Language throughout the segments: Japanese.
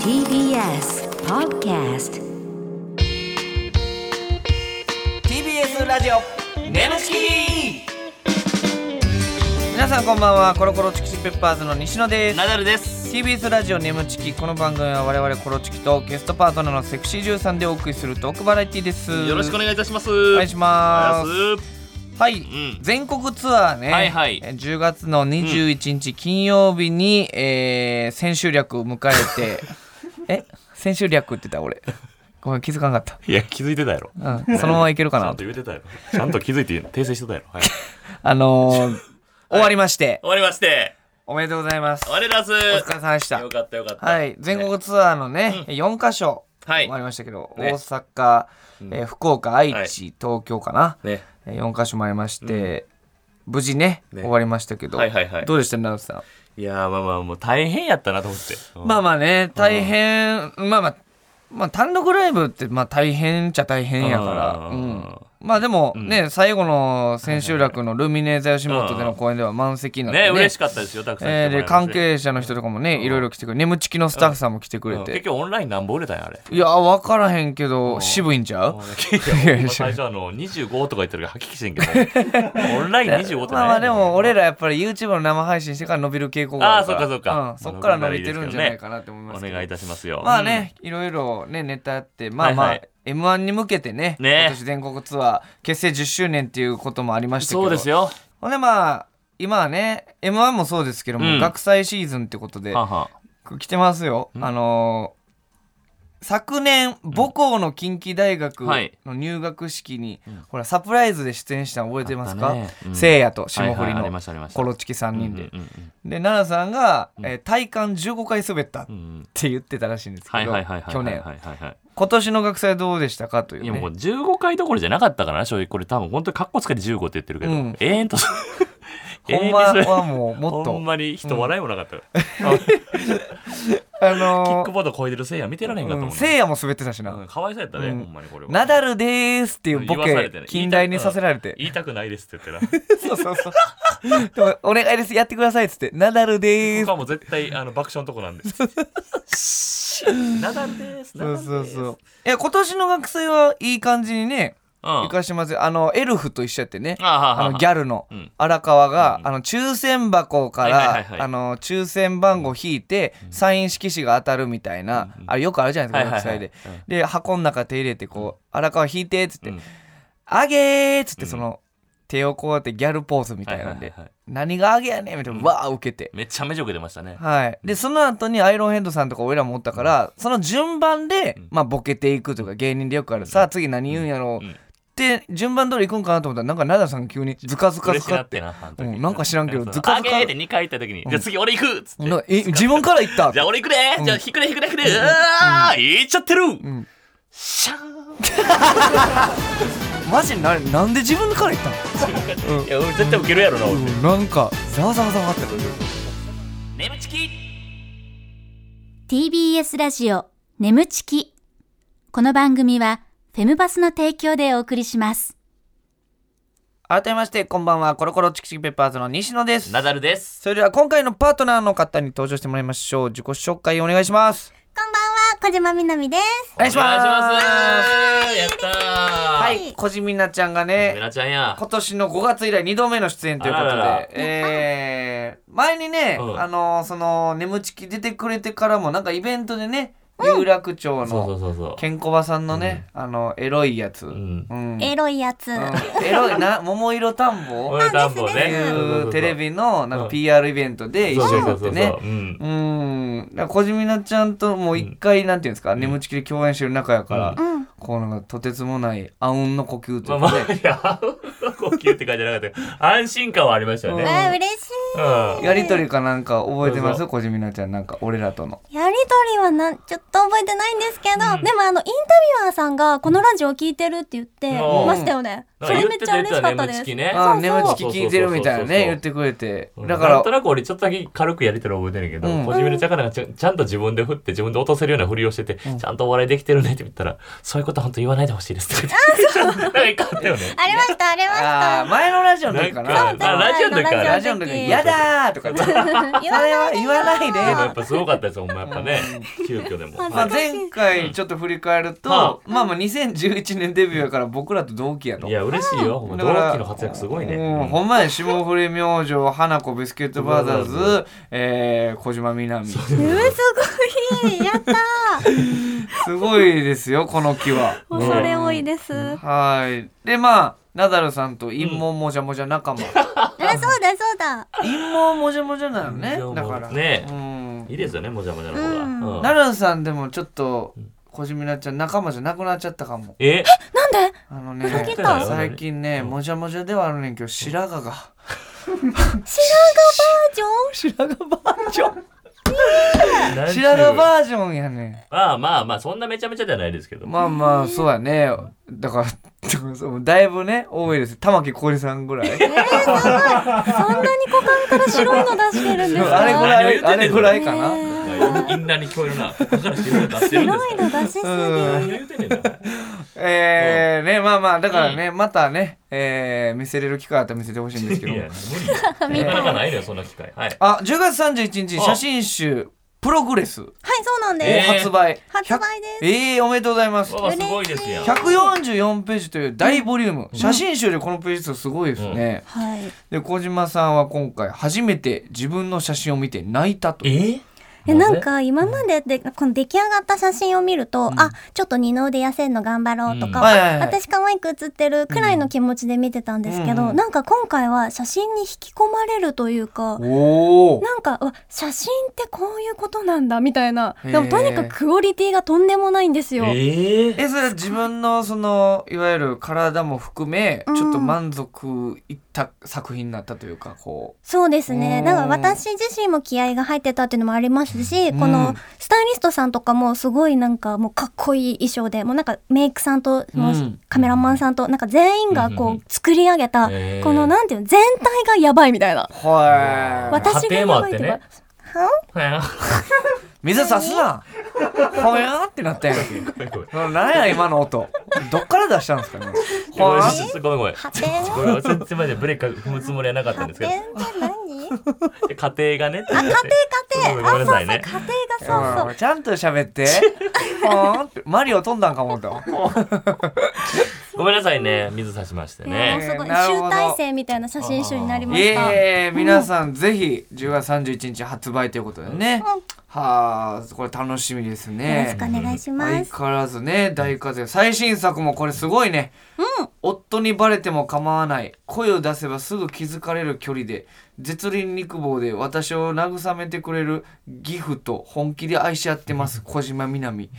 TBS Podcast TBS ラジオネムチキ皆さんこんばんはコロコロチキチキペッパーズの西野ですナダルです。 TBS ラジオネムチキこの番組は我々コロチキとゲストパートナーのセクシージューさんでお送りするトークバラエティですよろしくお願いいたします。おお願いします願いしはい、ん全国ツアーね、はいはいえ10月の21日金曜日に、えー千秋略を迎 えてえ千秋略って言った俺ごめん気づかなかっす。いや、気づいてたやろ。ちた、 うん、そのままいけるかゃなんと言えてたやろ。ちゃんと気づいて、訂正してたやろ。はい。あの ー、終わりまして、終わりまして。おめでとうございます。終わります。おお疲れ様でしたよ。かったよかった。はい、全国ツアーのね、4カ所、はい終わりましたけど、ね大阪、えー福岡、愛知、はい東京かな、ね。えー4カ所もありまして、無事ねね終わりましたけど、はいはいはいどうでした、奈良さん。いやー、まあまあ、もう大変やったな と思って。まああ、まあね、大変、まあまあ、まあ、単独ライブってまあ大変っちゃ大変やから、あうーん、まあでもね、最後の千秋楽のルミネーザ吉本での公演では満席になって、ね、嬉しかったですよ、たくさん来えてーもらいでまして。関係者の人とかもね、いろいろ来てくれ眠ちきのスタッフさんも来てくれうんて、結局オンライン何本売れたん や、あれ。いや分からへんけど渋いんちゃう いやいや最初あの25とか言ってるから吐き気してん けどオンライン25とかまあまあでも俺らやっぱり YouTube の生配信してから伸びる傾向があるからあーそっかそっかうん、そっから伸びてるんじゃないかなって思いまおすけど願いいたしますよまあね、いろいろねネタやってまあまあ、はいはい m 1に向けてねね今年全国ツアー結成10周年っていうこともありましたけどそうですよほんでまあ今はね m 1もそうですけども、うん学祭シーズンってことではんは来てますよ。あのー昨年母校の近畿大学はいの入学式に、ほらサプライズで出演したの覚えてますあか、ったねうんせいやと霜降はいりはいありのましたありましたコロチキ3人で、うんうんで奈良さんが、えー体感15回滑ったっうんうんて言ってたらしいんですはけいどはいはいはいはい去年はいはいはい今年の学祭どうでしたかといういやねもう15回どころじゃなかったからな正直これ多分本当にカッコつけて15って言ってるけど、うん永遠とほんまはうもうもっほんとまに人笑いもなかったよ、 キあッのクボード超えてるせいや見てられへんかったもんせいね、やも滑ってたしな、うんかわいそうやったね、うんほんまにこれはナダルでーすっていうボ言わされケてね近代にさせられて言いたくないですって言ってなそうそうそう。でもお願いです、やってくださいっつって、ナダルでー僕す。はもう絶対あの爆笑のとこなんです ナダルですナそダルうですそうそう。いや、今年の学生はいい感じにね、うん行かしてますよあの、エルフと一緒やってね。あははあのギャルのうん荒川が、あの抽選箱かはいはいはいはいらあの抽選番号引いて、サイン色紙が当たるみたいな、あれよくあるじゃないですか学はい祭はいではいうんで箱の中手入れてこう荒川引いてっつってう「んあげー」っつってその手をこうやってギャルポーズみたいなんはでいはいはい「何があげやねん」みたいなわー受けてめちゃめちゃ受けてましたねはい、でその後にアイロンヘッドさんとか俺らもおったから、その順番で、まあ、ボケていくとか芸人でよくある、さあ次何言うんやろう、うんって順番通り行くんかなと思ったらなんか奈良さん急にズカズカズ嬉しカなっっててなあの時うんなんか知らんけどそうズカズカあげーって2回言った時に、じゃあ次俺行くっつって、なんかえ自分から言ったじゃあ俺行くで、じゃあ引くね引くね引くね、うわー行っちゃってる、シャーンマジななんで自分から言ったいや俺絶対受けるやろな、俺の、うん、なんかざわざわざわってくるネムチキ TBS ラジオ眠ちきこの番組はフェムバスの提供でお送りします改めましてこんばんはコロコロチキチキペッパーズの西野ですナダルですそれでは今回のパートナーの方に登場してもらいましょう自己紹介お願いしますこんばんは小島みなみですお願いしますお願いしますやったーははい小島なちゃんがねメラちゃんや今年の5月以来2度目の出演ということで、あらららえー前にね、うんあのーその眠ちき出てくれてからもなんかイベントでね、有楽町そうそうのそうそうケンコバさんのね、あのエロいやつ、んうんエロいやつ、うんエロいな桃色田んぼっ俺暖房てねいうテレビのなんか PR イベントで一緒になってねそうそうそうそううんうんだから小島なちゃんともう一回なんていうんですか、眠ちきで共演してる仲やから、うんこうなんかとてつもないあうんの呼吸というまあかまね、あいや 呼吸って感じじゃなかったけど安心感はありましたよわねあ嬉しう んやりとりかなんか覚えてますそう小島なちゃんなんか俺らとの。いやりとりはなんちょっと覚えてないんですけど、でもあのインタビュアーさんがこのラジオ聞いてるって言ってうんましたよね、なんそかれ言めっってちゃた嬉しかった言っです、てたよねムチキねあそうそう眠ちき聞いてるみたいなね言ってくれてだかなんらとなく俺ちょっとだけ軽くやりとり覚えてるけど、うん小島のちゃんがなんかちゃんちゃんと自分で振って自分で落とせるような振りをしてて、ちゃんとお笑いできてるねって言ったら、そういうことは本当言わないでほしいです。 なんか言ったよね。ありました、ありましあた。ー前のラジオの時かななんかあラジオの時かラジオの時「やだ!」とか 言ってそれ言わは言わないででもやっぱすごかったですよ、ほんまやっぱね。急遽でも。まあまあ、は前回ちょっと振り返ると、はまあまあ2011年デビューやから僕らと同期やと。いいや、嬉しいよ。ほんまだ同から期の活躍すごいね。うん、ほんまや霜降り明星花子ビスケットバーザーズ、えー、小島みなみすうわすごい。やったごいですよこの木は。ー。恐れ多いです。あ、はいでまあナダルさんと陰謀もじゃもじゃ仲間、そうだ、そうだ。陰謀もじゃもじゃなのね陰謀もだからねうんいいですよね、もじゃもじゃの方が。うんうんナダルさんでもちょっと小島なちゃん仲間じゃなくなっちゃったかもえなんであのね裏切った最近ねもじゃもじゃではあるねんけど白髪が。白白髪バージョン何ちゅう白髪バージョンやねまあまあまあ、そんなめちゃめちゃじゃないですけど。んまあまあそうやねだからそうだいぶね多いです玉木浩二さんぐらい髪がそんなに股間から白いの出してるんですかあれぐらい何あれを言うてんねんぐらいかな、い やインナーに聞こえるな。ここから白いの出してるんで白すいかの出しすぎ。うん何を言うてんねんな。えー、ねまあまあだからね、またね、えー見せれる機会あったら見せてほしいんですけどいや、無理よ。なかなかないのよ、そんな機会。はい。あ10月31日あ写真集「プログレス」はい、そうなんえです。ー発売発売です100えー、おめでとうございますわあ、すごいですやん。 144ページという大ボリューム、写真集でこのページ数すごいですね、はい。で小島さんは今回初めて自分の写真を見て泣いたとええなんか今まででこの出来上がった写真を見ると、あちょっと二の腕痩せんの頑張ろうとか、うんはいはいはい私可愛く写ってるくらいの気持ちで見てたんですけど、うんなんか今回は写真に引き込まれるというか。おおなんかうわ写真ってこういうことなんだみたいなへーでもとにかくクオリティがとんでもないんですよ。えええそれは自分のそのいわゆる体も含めうんちょっと満足いった作品になったというかこそうですねうんだから私自身も気合が入ってたっていうのもありますし、うんこのスタイリストさんとかもすごいなんかもうかっこいい衣装でもうなんかメイクさんともううんカメラマンさんとなんか全員がうんうこんう作り上げた、へーこのなんていうの全体がやばいみたいな。うはわい私がやばいと家庭もあかっ。は水さすなほやーってなったやんその 何や今の音どっから出したんですかねごほやーめんごめんごめん。破天これは全然までブレーキ踏むつもりはなかった破んです天けっどて 何？家で、家庭がね。あ、家庭庭ごめんなさいあねそうそう家庭がそうそう。うんちゃんと喋ってほーんってマリオ飛んだんかも とごめんなさいね、水差しましてね、ね。すごい集なるほど大成みたいな写真集になりまいした。えいえ皆さんぜひ10月31日発売ということでね、はあこれ楽しみですよろねしくお願いしま相す。変わらずね大活躍最新作もこれすごいね、夫にバレても構わない声を出せばすぐ気づかれる距離で絶倫肉棒で私を慰めてくれるギフと本気で愛し合ってます小島みなみ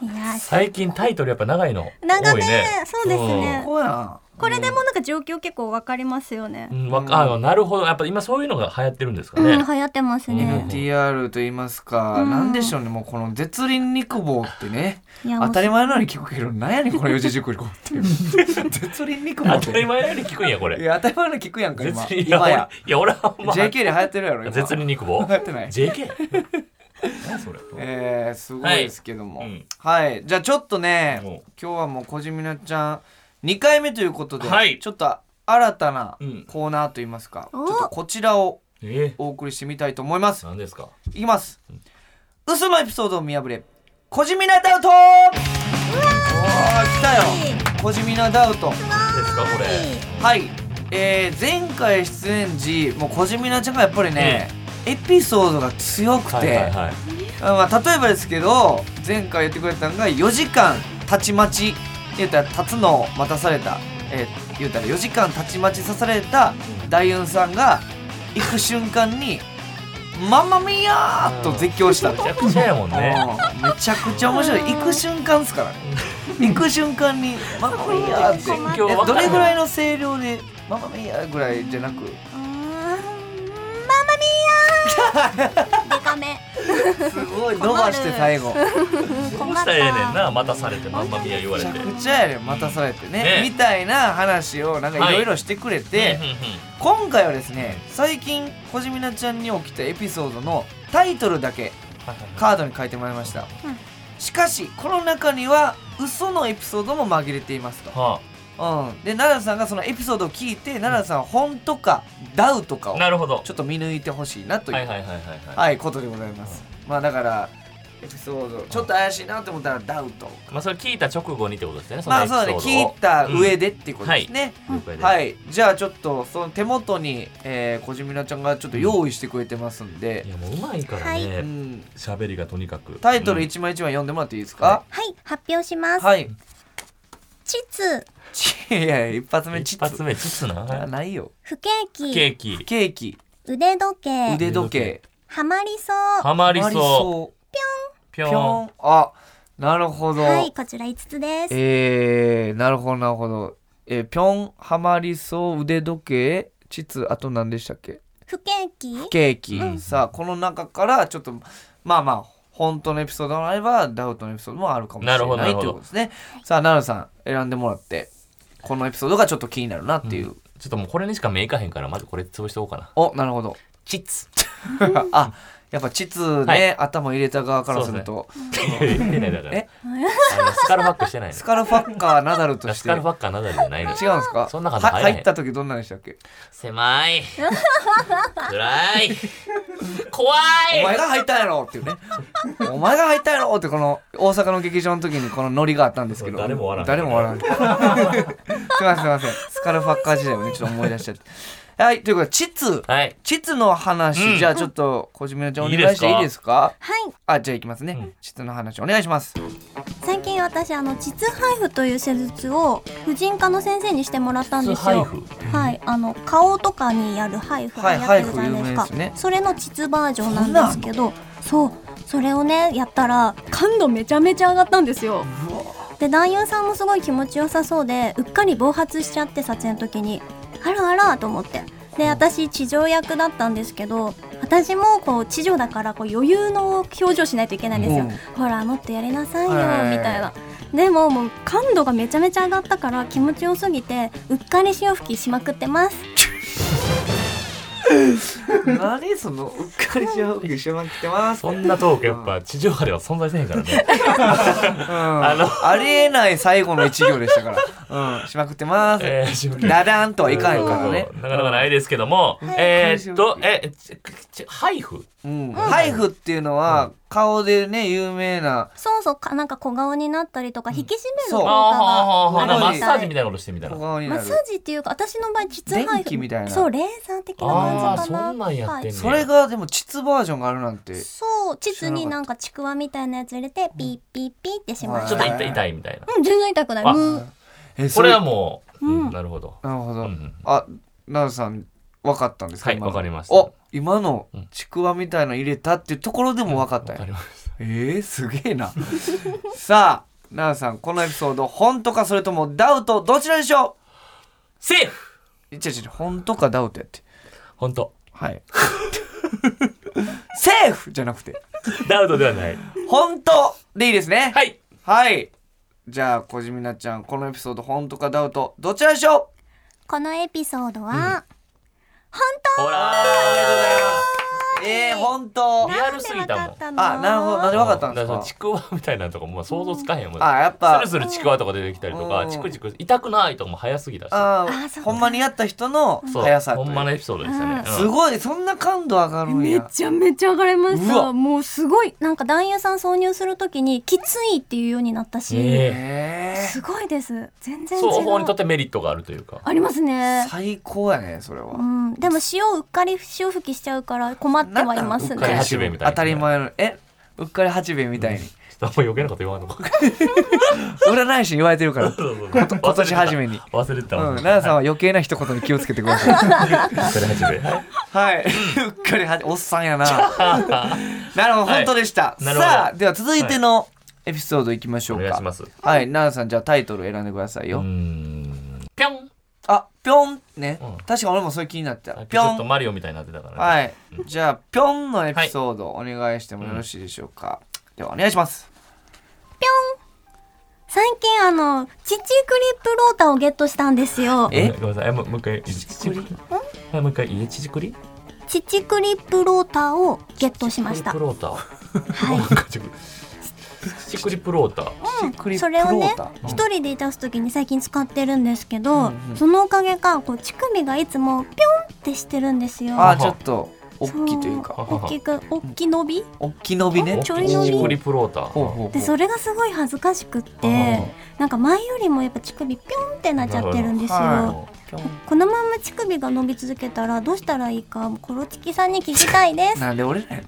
いやー、最近タイトルやっぱ長いの。長多いねね。そうですね。こうやこれでもなんか状況結構わかりますよねう。ん。うん、わか、あ、なるほど。やっぱ今そういうのが流行ってるんですかうん、流ね。行ってますうんね。 NTR と言いますか、うんなんでしょうねもうこの絶倫肉棒ってねいやもう当たり前のように聞くけどなんやねんこの四字熟語っていう絶倫肉棒当ったりて前のように聞くんや、こいれ。や当たり前のように聞くやんか絶今倫いや、今俺や、いや、俺はほんま JK で流行ってるやろ今絶倫肉棒流行ってない JK? 何それ。えー、すごいですけどもははいい、うんじゃあちょっとねお今日はもう小島なちゃん2回目ということで、はいちょっと新たなうんコーナーといいますか、おちょっとこちらをえお送りしてみたいと思います何ですかいきます嘘のエピソードを見破れ小島なダウトおー来たよ小島なダウトですかこれ。はい、えー、前回出演時もう小島なちゃんがやっぱりね、エピソードが強くて、はいはいはい。あまあ、例えばですけど前回言ってくれたのが4時間たちまち言うたら立つのを待たされた、えー言うたら4時間たちまち刺された大雲さんが行く瞬間に「ママミヤー!」と絶叫しためちゃくちゃやもんね。 うんめちゃくちゃ面白い行く瞬間ですからね行く瞬間に「ママミヤー!」って困るえどれぐらいの声量で「ママミヤー!」ぐらいじゃなくうーんママミーヤー。デカめ。すごい伸ばして最後。どうしたらええねんな、待たされて、まんまみや言わめれちてゃ。くちゃやね待たされてねねみたいな話をなんかいろいろしてくれて、うんうんうん今回はですね最近小島なちゃんに起きたエピソードのタイトルだけカードに書いてもらいました、しかしこの中には嘘のエピソードも紛れていますと、はうん、で奈良さんがそのエピソードを聞いて奈良さんは本とかダウとかをあ、なるほどちょっと見抜いてほしいなという、はいはいはいはいはい、はい、ことでございます。まあだから、エピソード、ちょっと怪しいなと思ったらダウト。まあそれ聞いた直後にってことですねそまのあエピソそうだね、聞いーた上でっていうことですね。ドを了解ですはい、じゃあちょっとその手元に、えー、小島ちゃんがちょっと用意してくれてますんでい、やもううまいからうねん、喋、りがとにかくタイトルうん一枚一枚読んでもらっていいですか、はい、発表します。はい。地図、ちいや、一発目、ち一っ発目実あなないよ。不景ケ気、ーキケーキ、腕時計、腕時計、。はまりそう。ハマりそうぴぴょょんん。あ、なるほど。はい、こちら5つです。えー、なるほどなるほど。えー、ぴょんはまりそう腕時計膣あと何でしたっけ不景気、ケーキ、さあこの中からちょっとまあまあ本当のエピソードもあればダウトのエピソードもあるかもしなるれほどななるいほといどうことですね。さあ奈良さん選んでもらってこのエピソードがちょっと気になるなっていう。ちょっともうこれにしか目いかへんからまずこれ潰しておこうかなおなるほど。チッツあやっぱ膣ね、はい頭入れた側からすると 言ってないだからえあのスカルファックしてないのスカルファッカーナダルとスして。カル違フうんァッカーナダルじゃないのよですかそんな感じは入らへん入った時どんなんでしたっけ狭い暗い怖お前いが入ったんやろっていう ね。お前が入ったんやろってこの大阪の劇場の時にこのノリがあったんですけど。誰も笑わん誰も笑わん すいませんすいません。スカルファッカー時代をね、ちょっと思い出しちゃって。はい、ということで、チツ。はいチツの話、うんじゃあちょっと、小島ちゃんおいい願でいすしかていいですかはい、あ、じゃあいきますね。チツの話お願いします。最近私あの膣配布という施術を婦人科の先生にしてもらったんですよ。配布はい、あの顔とかにやるハイフがはいやってるじゃハなイいフで有す名か、ですねそれの膣バージョンなんですけどそうそれをねやったら感度めちゃめちゃ上がったんですよで男優さんもすごい気持ちよさそうでうっかり暴発しちゃって撮影の時にあらあらと思ってで私地上役だったんですけど私もこう地上だからこう余裕の表情しないといけないんですよ、うんほらもっとやりなさいよみはいたいなでももう感度がめちゃめちゃ上がったから気持ちよすぎてうっかり潮吹きしまくってます何その、うっかりしよう。一緒に来てます。そんなトークやっぱ地上波では存在せへんからねあの、ありえない最後の一行でしたから。うん、しまくってます。えー地上波ダダンとはいかんからね。なかなかないですけども、えーっとうんえちち配布うん、ハイフっていうのは顔でね有名なそうそうかなんか小顔になったりとか引き締めるそう効あ果あがあはるーはーはーなんかマッみサたージみいたいなことしてみたいな小顔にマなッるサージっていうか私の場合膣配電気みたいなそうレーザー的な感じかなあーそんなんやってんねはいそれがでも膣バージョンがあるなんてそう膣になんかちくわみたいなやつ入れてピッピッピッってしまうちょっと痛い痛いみたいなうん全然痛くないあむえこそれはもう、うんうんなるほどなるほど、うんうんあなるさんわかったんですかはい今のわかりましたお今のちくわみたいの入れたっていうところでもわかったわよ、かりましたえー、すげえな さあなるさんこのエピソード本とかそれともダウトどちらでしょセーフういちいち本とかダウトやって本当はい セーフじゃなくてダウトではない本当でいいですねはいはい。じゃあ、小島なちゃん、このエピソード、本とかダウト、どちらでしょこのエピソードは、ほらあうえー、本当りがとうございますリアルすぎたもんのあ、なるほど。なんでわかったんでだすからかちくわみたいなのとかもう想像つかへんもん、あ、やっスぱル、スルちくわとか出てきたりとか、うんチクチク痛くないとかも早すぎだしああそーうかほんまにやった人のそう速さとほいうんまのエピソードでしたね、すごい、そんな感度上がるんめや。ちゃめちゃ上がりましうたわもうすごいなんか男優さん挿入するときにきついっていうようになったし、ええすごいです全う然ん違双方にとっうてメリットがあるというかありますー、ね最高やね、それうは。ん、でも塩うっかり潮吹きしちゃうから困ってはいますうっかりね八兵衛みたいな当たり前の、えうっかり八兵衛みたいに。ちょっとあんま余計なこと言わんのか占い師に言われてる から。今年初めに忘れてたうん、わ、 奈良さんは余計な一言に気をつけてください。忘れ始めはいはい。うっかりはじ、おっさんやな。 なるほど、は本い当でした。なるほどさあ、では続いてのエピソードいきましょおう願いしか。ますうはい、奈良さん、じゃあタイトル選んでくださいーよ。んぴょんあ、ぴょんねうん。確か俺もそれ気になってさた。っきぴちょょっとん。マリオみたいになってたからね、はい。じゃあ、ぴょんのエピソードお願いしてもよろしいでしょうか。では、お願いします。最近あのチチクリップローターをゲットしたんですよえごめんなさいえもうもう一回ちちくりはいもう一回いえちちくりチチクリップローターをゲットしました プローターはいちちしっくりプローター。しっくりプそロれをねータうん一人で出す時に最近使ってるんですけど、うんうんそのおかげかこう乳首がいつもピョンってしてるんですよ。あーちょっと大きいというそか大きく大き伸び、大きい伸びねちょい乗しりっくりプローター。ほうほうほうでそれがすごい恥ずかしくってなんか前よりもやっぱ乳首ピョンってなっちゃってるんですよ。なるほうんこのまま乳首が伸び続けたらどうしたらいいかコロチキさんに聞きたいです。なんで俺らやね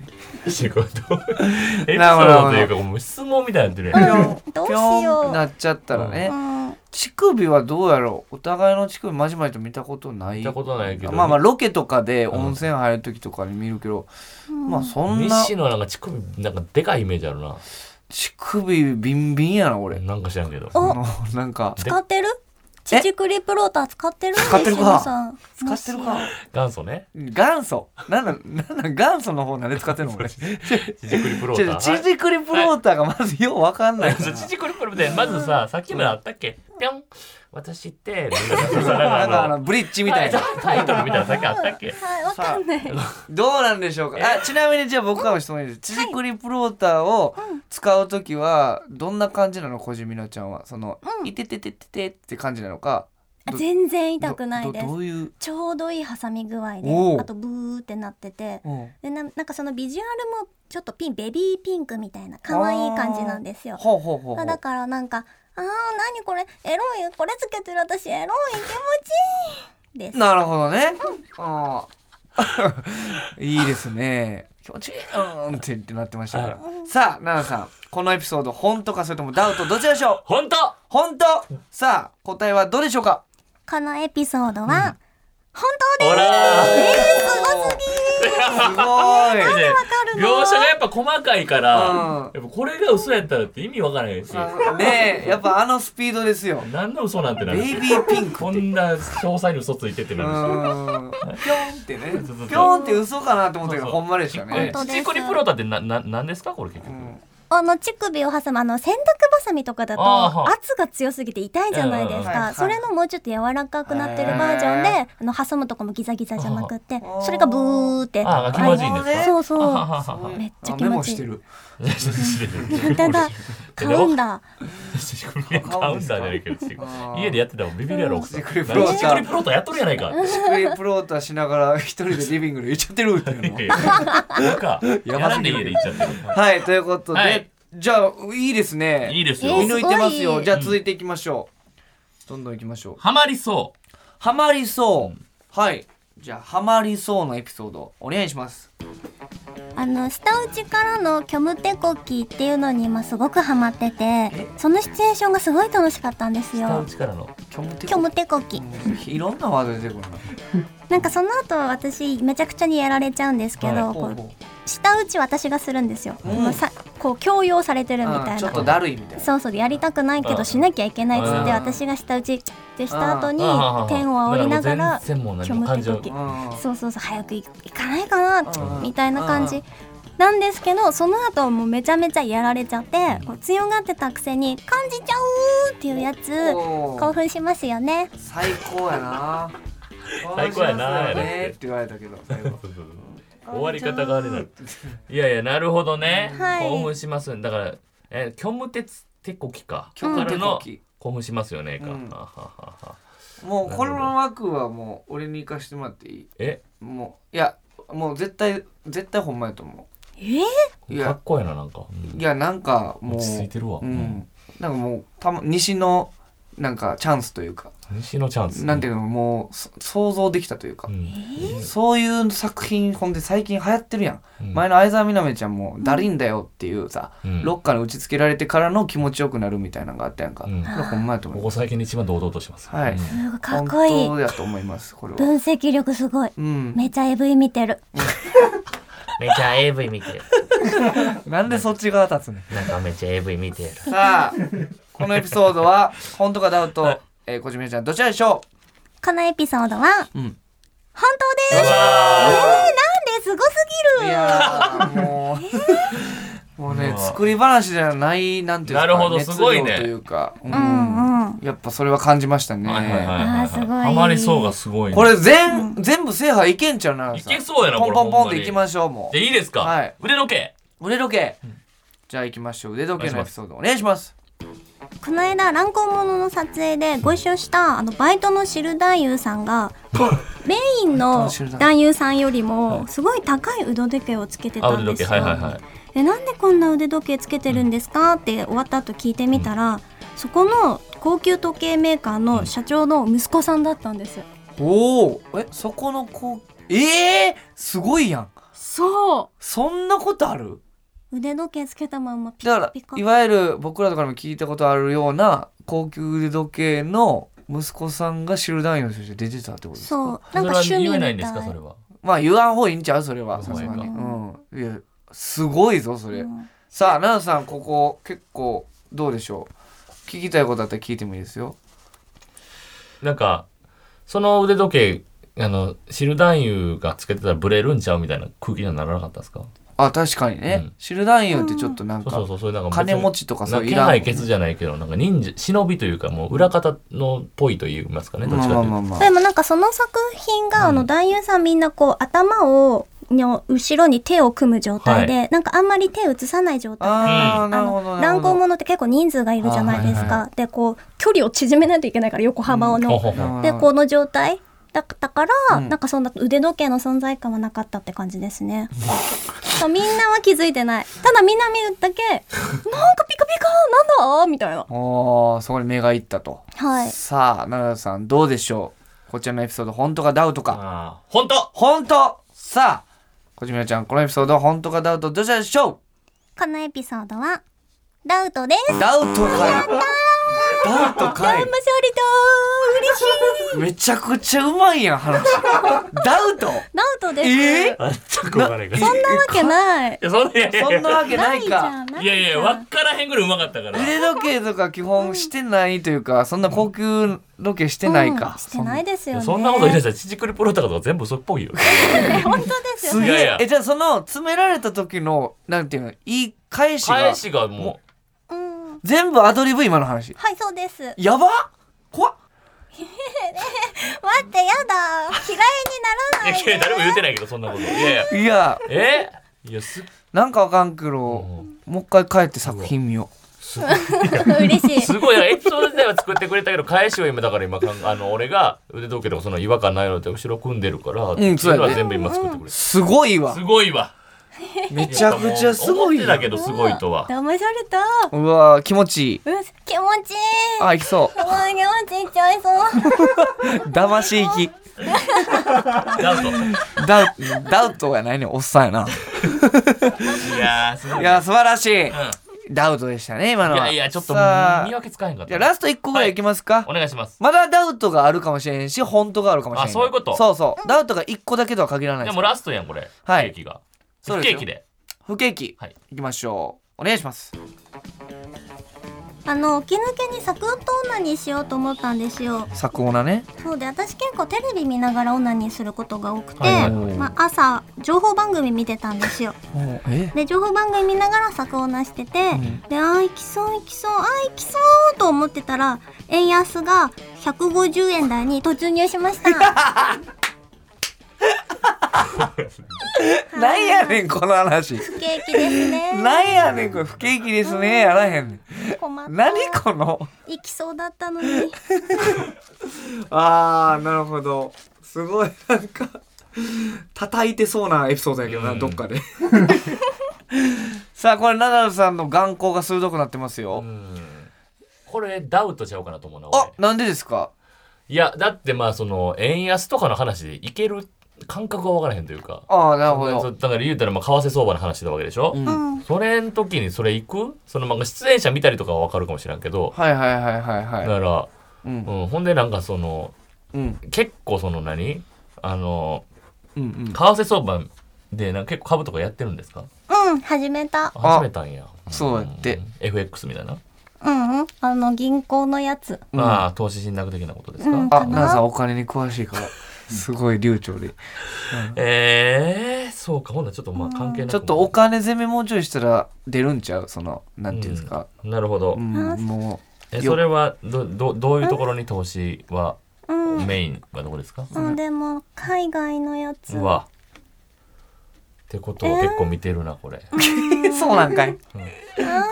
ん仕事。エピソなるほどードというか、もう質問みたいになってるやん。うんどうしぴょんよってう。なっちゃったらねうん乳首はどうやろうお互いの乳首まじまじと見たことない見たことないけど。まあまあロケとかで温泉入る時とかに見るけど、まあそんな西野なんか乳首、なんかでかいイメージあるな。乳首ビンビンやな俺なんか知らんけど。おなんか使ってる？え乳首プローター使ってる？使ってるか西野さん使ってるか元祖ね。元祖なんだなんだ元祖の方なんで使ってるの俺ちじくりプロちーょター。っとチジクリプローターがまずようわかんないからちじくりプローター。まずさ、さっきまであったっけぴょん。私って、みたいなさ。なかなんんかああのの、ブリッジみたいなタイトルみたいなさっきあったっけはい、わかんない。どうなんでしょうかあちなみにじゃあ僕からの質問いいですチジクリプローターを使う時はどんな感じなの小島みのちゃんはその「いててててて」って感じなのかど全然痛くないですどど。ういうちょうどいい挟み具合でお、うあとブーってなってて、うんでななんかそのビジュアルもちょっとピンベビーピンクみたいな可愛い感じなんですよ。ほうほうほうほうだからなんかあー何これエロいこれつけてる私エロい気持ちいいです。なるほどね。あ あ。いいですね。気持ちいいうんってってなってましたから。さあ、奈々さん、このエピソード、本当かそれともダウト、どちらでしょうほんと本当さあ、答えはどうでしょうかこのエピソードは、本当ほですらーすごい。描写がやっぱ細かいから、うんやっぱこれが嘘やったらって意味わからないし、ねえ、やっぱあのスピードですよ。何の嘘なんてなるベイし、ビーピンクこって。うん。んな詳細に嘘ついてってピなるし。ョンってね。そうそうピョンって嘘かなと思ったけど、ほんまでしたえね。本当ですチコリプローターってな、な、なんですかこれ結局。あの乳首を挟むあの洗濯バサミとかだあーはとい圧が強すぎて痛いじゃないですうんうんはいはかいそれのもうちょっと柔らかくなってるバージョンでへあの挟むとこもギザギザじゃなくってーそれがブーってああ、気持ちいいんですかそうそうあははははめっちゃあ気メモ持してちいいる。ただ買うんだチコリカウンターじゃないけど、チコあー家でやってたらビビるやろ、奥さん。チコリプローターチコリプローターやっとるやないか。スクリープローターしながら一人でリビングで言っちゃってるって いうのい。やいや か。やらんで家で行っちゃってる。はい、ということで、はいじゃあ、いいですね。いいですよ見。抜いてえますーすよ。ごいじゃあ、続いていきましょう。どんどんいきましょう。ハマりそハマりそう。はい。じゃあ、ハマりそうのエピソード、お願いします。あの下打ちからの虚無手こきっていうのに今すごくハマっててそのシチュエーションがすごい楽しかったんですう。使よう力の。虚無テ虚無手こきいろんなワード出てくるな。なんかその後私めちゃくちゃにやられちゃうんですけど、はこうほうほ舌打ち私がするんですよ、うんもうさこう強要されてうるみたうんいちょっなとだるいみたいな。そうそうやりたくないけどしなきゃいけないっつうっんて私が舌打ちってした後にあー天を煽りながだからら全然もう何も感じ虚無手こうんそうそうそう早く行かないかうなんみたいな感うじんなんですけどその後もうめちゃめちゃやられちゃってこう強がってたくせに感じちゃうっていうやつおー興奮しますよね最高やな。 最高やな面白そうだねって言われたけど、最後。 終わり方があれなのいやいやなるほどね、はい興奮しますだからえ虚無鉄手こきか虚無手こきからの興奮しますよねか、うんははははもうこの枠はもう俺に行かしてもらっていいえもういやもう絶対絶対ほんまやと思えーういかっやこええななんか、うんいやなんかもう落ち着いてるわううんん、なんかもうたま西のなんかチャンスというか西のチャンスなんていうのもうそ想像できたというか、うんそういう作品ほんで最近流行ってるやん、うん前の相沢みなみちゃんも「だるいんだよ」っていうさ、うんロッカーに打ち付けられてからの気持ちよくなるみたいなのがあったやんか、うんこれほんまやとこ思うこ最近で一番堂々としてますはいうんすごいかっこいい本当やと思いますこれは分析力すごいうんめちゃ AV 見てるめちゃ AV 見てる。なんでそっち側立つねんなんかめちゃ AV 見てる。さあ、このエピソードは、本当かダウト、えー、小島ちゃん、どちらでしょこのエピソードはううん。本当ですえー、なんですごすぎいるやー、もう、もうね、作り話じゃない、なんていうんですか、なるほどすごいね熱量というか、うんうんうんやっぱそれは感じましたね。はいはいはいあーすごいハマりそうがすごいねこれ全、全部制覇いけんちゃうな。いけそうやなポンこれポンポンっほんまてにいきましょう、もうで。いいですか、はい腕時計腕時計。じゃあ行きましょう腕時計のエピソードお願いしますこの間乱行者の撮影でご一緒したあのバイトの知る男優さんがこうメインバイトのの知る男優男優さんよりもすごい高い腕時計をつけてあた腕んで時す計よ。はいはいはいでなんでこんな腕時計つけてるんですかって終わった後聞いてみたら、そこの高級時計メーカーの社長の息子さんだったんです。おおえそこの子ええー、すごいやんそそんなことあるう腕時計つけたまんまピカだかピカらい。わゆる僕らとかでも聞いたことあるような高級腕時計の息子さんがシルダインとして出てたってことですかそうそなんれかは趣味言みえたないいんですかそれはまあ言わん方がいいんちゃうそれはそさうすがにそううんいやすごいぞそれ、うんさあ奈々さんここ結構どうでしょう聞きたいことあったら聞いてもいいですよなんかその腕時計あのシルダンユがつけてたらブレるんちゃうみたいな空気にはならなかったですかあ確かにね、うんシルダインってちょっとなんそうか、そうそうそういうなんか別に金持ちとかなそうんかい気らんもん配消すじゃないけどなんか忍者忍びというかもう裏方のっぽいと言いますかねどっまあちまかとあいうとまあまあでもなんかその作品が、あうのん男優さんみんなこう頭をの後ろに手を組む状態で、なんかあんまり手を移さない状態だああーなるほどのなる乱行ほど者って結構人数がいるじゃないですあーはいか、でこう距離を縮めないといけないから横幅をほうの、ほうほうでこの状態だったから、うんなんかそんな腕時計の存在感はなかったって感じですねそうみんなは気づいてないただ南だけなんかピカピカなんだみたいなおーそこに目がいったと、はいさあ奈々さんどうでしょうこちらのエピソード本当かダウトかあー本当本当さあこじみなちゃんこのエピソード本当かダウトどちらでしょこのエピソードはダウトですうダウトかいダまあウトかい勝利と嬉しい。めちゃくちゃうまいやん話ダウトダウトです。えそんなわあちょっとわかんないからいけない。やそんないやいやそんなわけないじゃかんないやいじやゃんわからへんぐらいうまかったから腕時計とか基本してないというかそんな高級時計してないうんか、してないですよね。そんなこと言い出しす。たらチチクリプロとかとか全部嘘っぽいよ本当ですよすげいやいえやえじゃあその詰められた時のなんていうの言い返しが返しがもうん。全部アドリブ今の話はい、そうです。待やばっ怖っって、やだ。嫌いにならうないいやいで。や誰も言うてないけどそんなこといやいやいやえいやすなんかわかんけどもう一回帰って作品見よすごい嬉しい。すごいなエピソード自体は作ってくれたけど返しを今だから今かんあの俺が腕時計とかその違和感ないのって後ろ組んでるから、っていそうやねのは全部今作ってくれうた、すごいわすごいわめちゃくちゃすごい思ってやたんけどすご いとは騙された。うわー気持ちいいうん、気持ちいい。あいきそう もう気持ちいっちゃいそう。騙し行きダウトダウダウトやないねおっさんや ないやーすごいいや素晴らしい、ダウトでしたね今のいはやいやちょっと見さあ分けつかへんかっじゃあたラスト1個ぐらいいきますか、お願いしますまだダウトがあるかもしれんし本当があるかもしれんあそういうことそうそうダウトが1個だけとは限らないでですもラストやんこれはいケーキがそう不です景よ気で不景気、はいいきましょうお願いしますあの、起き抜けにサクッとオナニーしようと思ったんですよ。作オナねそうで私結構テレビ見ながらオナニーすることが多くて、はいはいまあ、朝情報番組見てたんですよおうえで情報番組見ながら作をなしてて、んであー行きそう行きそうあー行きそうと思ってたら円安が150円台に突入しました なんやねんこの話景気ですねなんやねんこれ不景気ですねやらへんね困ったん何この行きそうだったのにあーなるほどすごいなんか叩いてそうなエピソードやけどな、うんどっかで さあこれナダルさんの眼光が鋭くなってますよ、うんこれダウトちゃうかなと思うなあ俺なんでですかいやだってまあその円安とかの話でいける感覚が分からへんというかああなるほどそうだから言うたらまあ為替相場の話だわけでしょ、うんうんそれの時にそれ行くそのまあ出演者見たりとかは分かるかもしれんけど、はいはいはいはいはいだから、うんうん、ほんでなんかそのうん結構その何あのうんうん為替相場でなんか結構株とかやってるんですかうん始めたあ始めたんやそうやってん FX みたいな、うんうんあの銀行のやつうんああ投資信託的なことですか、うんかあなナダルさんお金に詳しいからすごい流暢でえー、そうかほんならちょっとまあ関係なくちょっとお金攻めもうちょいしたら出るんちゃうそのなんていうんですか、なるほど、うんうんもえよそれはどどどういうところに投資はうん、メインはどこですか、うん、でも海外のやつうわてことを結構見てるな、これ。そう なんかい。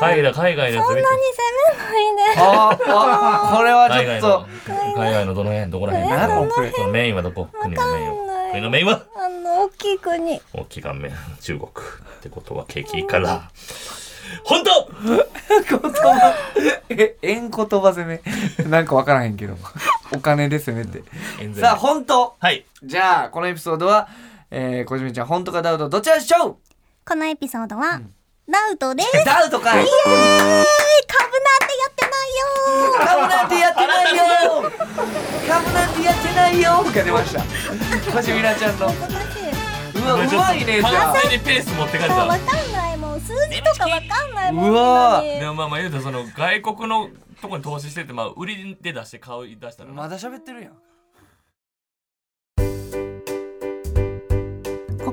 海外、海外のやつ攻見て。めないで。あーあー、これは海ちょっ外との。、海外のどの辺、どこら辺。なんだこれそのメインはどこ国のメインは。国のメインはあの、大きい国。大きい顔面、中国。ってことは景気いいから。本当言葉、 え、円言葉攻め。なんかわからへんけど。お金で攻めて。さあ、本当はい。じゃあ、このエピソードは、えー、小泉ちゃん、本当かダウト、どちらでしょこのエピソードは、ダウト です。うダウトかえいー、株なんてやってないよ株なんてやってないよ株なんてやってないよが出ました。小泉なちゃんの。うー難しい。わ、うまいね、じゃあ完。全にペース持ってかれもうわた。かんないもう数字とかわかんないもんうわそんなにでもまあまあ言うと、その外国のとこに投資してて、まあ売りで出して買い出したら。まだ喋ってるやん。こ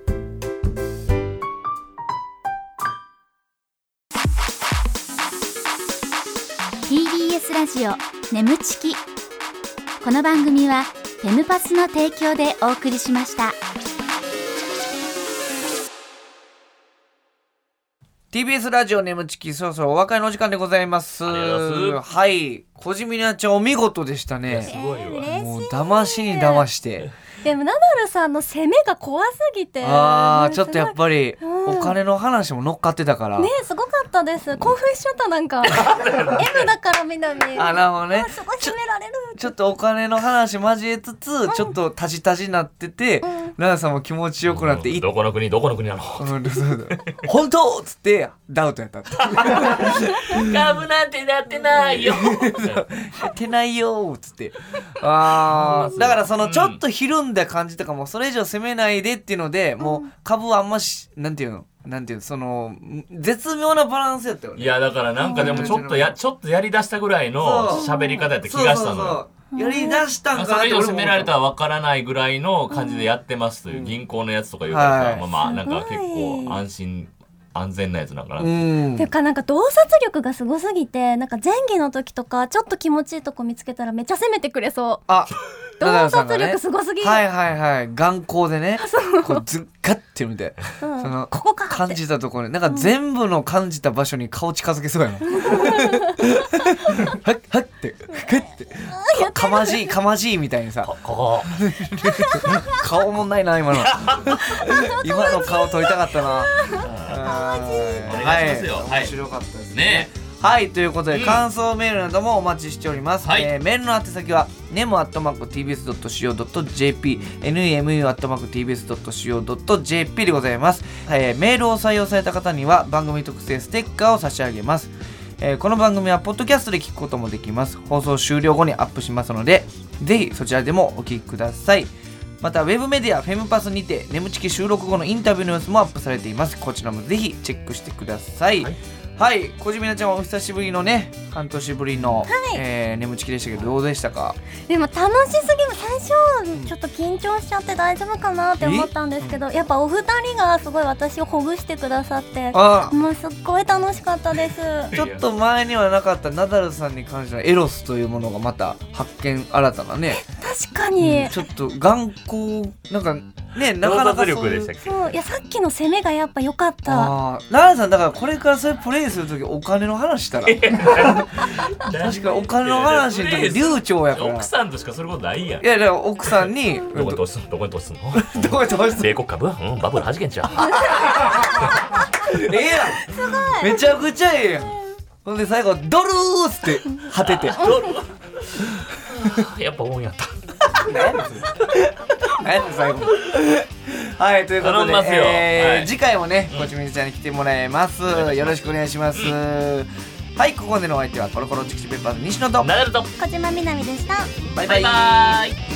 した。 TBS ラジオ眠ちきそろそろお別れのお時間でございます。ありがとうございまはい。小島なちゃんお見事でしたすね。ごいわ。もう騙しに騙して。でもナダルさんの攻めが怖すぎてああ、ちょっとやっぱりうおん金の話も乗っかってたから。ねえすごかったです興奮しちゃったなんか M だから南あ、なるほどねあ。すごい決められるちょっとお金の話交えつつ、ちょっとタジタジになってて、ラナさんも気持ちよくなって、いっどこの国、どこの国なのうんそうだ本当っつってダウトやったって。株なんてなってないよ。やってないよーっつってあーだからそのちょっとひるんだ感じとかもそれ以上攻めないでっていうのでもう株はあんましなんていうのなんていうのその絶妙なバランスやったよねいやだからなんかでもちょっとやちょっとやりだしたぐらいのそう喋り方やった気そうがしそたうのよ。そうやりだしたんかそなっれ以て上俺も責思めっられたたらわからないぐらいの感じでやってますという銀行のやつとか言うからはさいまあまあなんか結構安心安全なやつなんかな。ういんっていうかなんか洞察力がすごすぎてなんか前戯の時とかちょっと気持ちいいとこ見つけたらめっちゃ攻めてくれそあう洞ナダルさんが察ね力すごすぎる、はいはいはい眼光でねこうずっかってみてうんそのここかって感じたところになんか全部の感じた場所に顔近づけ そうやなはっはっってふっってかかまじいかまじいみたいにさこ顔もないな 今の今の顔撮りたかったなおは願いしますよはい面白かったですねねはいということで、うん感想メールなどもお待ちしております、はいえーメールの宛先は nemu.tbs.co.jp nemu.tbs.co.jp でございます、えーメールを採用された方には番組特製ステッカーを差し上げますえーこの番組はポッドキャストで聞くこともできます放送終了後にアップしますのでぜひそちらでもお聞きくださいまたウェブメディアフェムパスにて眠ちき収録後のインタビューの様子もアップされていますこちらもぜひチェックしてください、はい、小島ちゃんはお久しぶりのね、半年ぶりの、えー眠ちきでしたけど、どうでしたか。でも楽しすぎる最初ちょっと緊張しちゃって大丈夫かなって思ったんですけどやっぱお二人がすごい私をほぐしてくださってあもうすっごい楽しかった ですちょっと前にはなかったナダルさんに関してのエロスというものがまた発見新たなね。確かに、ちょっと眼光、なんか、ね、な洞かなか察そうい力でうした。っけ。そういやさっきの攻めがやっぱ良かったああ、ナダルさんだから、これからそれプレイするとき、お金の話したら。確かお金の話の時、流暢やから。奥さんとしかすることないやんい。や、だから奥さんに、どどこにこ投資すんのどこに投資すんのどこへ通 して米国株うんバブルはじけんちゃう。ええやんめちゃくちゃええやんほんで最後「ドルー!」っつって果てて やっぱ本やった。何やねん最後はいということ頼でみますよえーはい次回もねこちみずちゃんに来てもらいます、よろしくお願いします、はいここまでのお相手はコロコロチキチキペッパーズ西野とナダルと小島みなみでしたバイバイ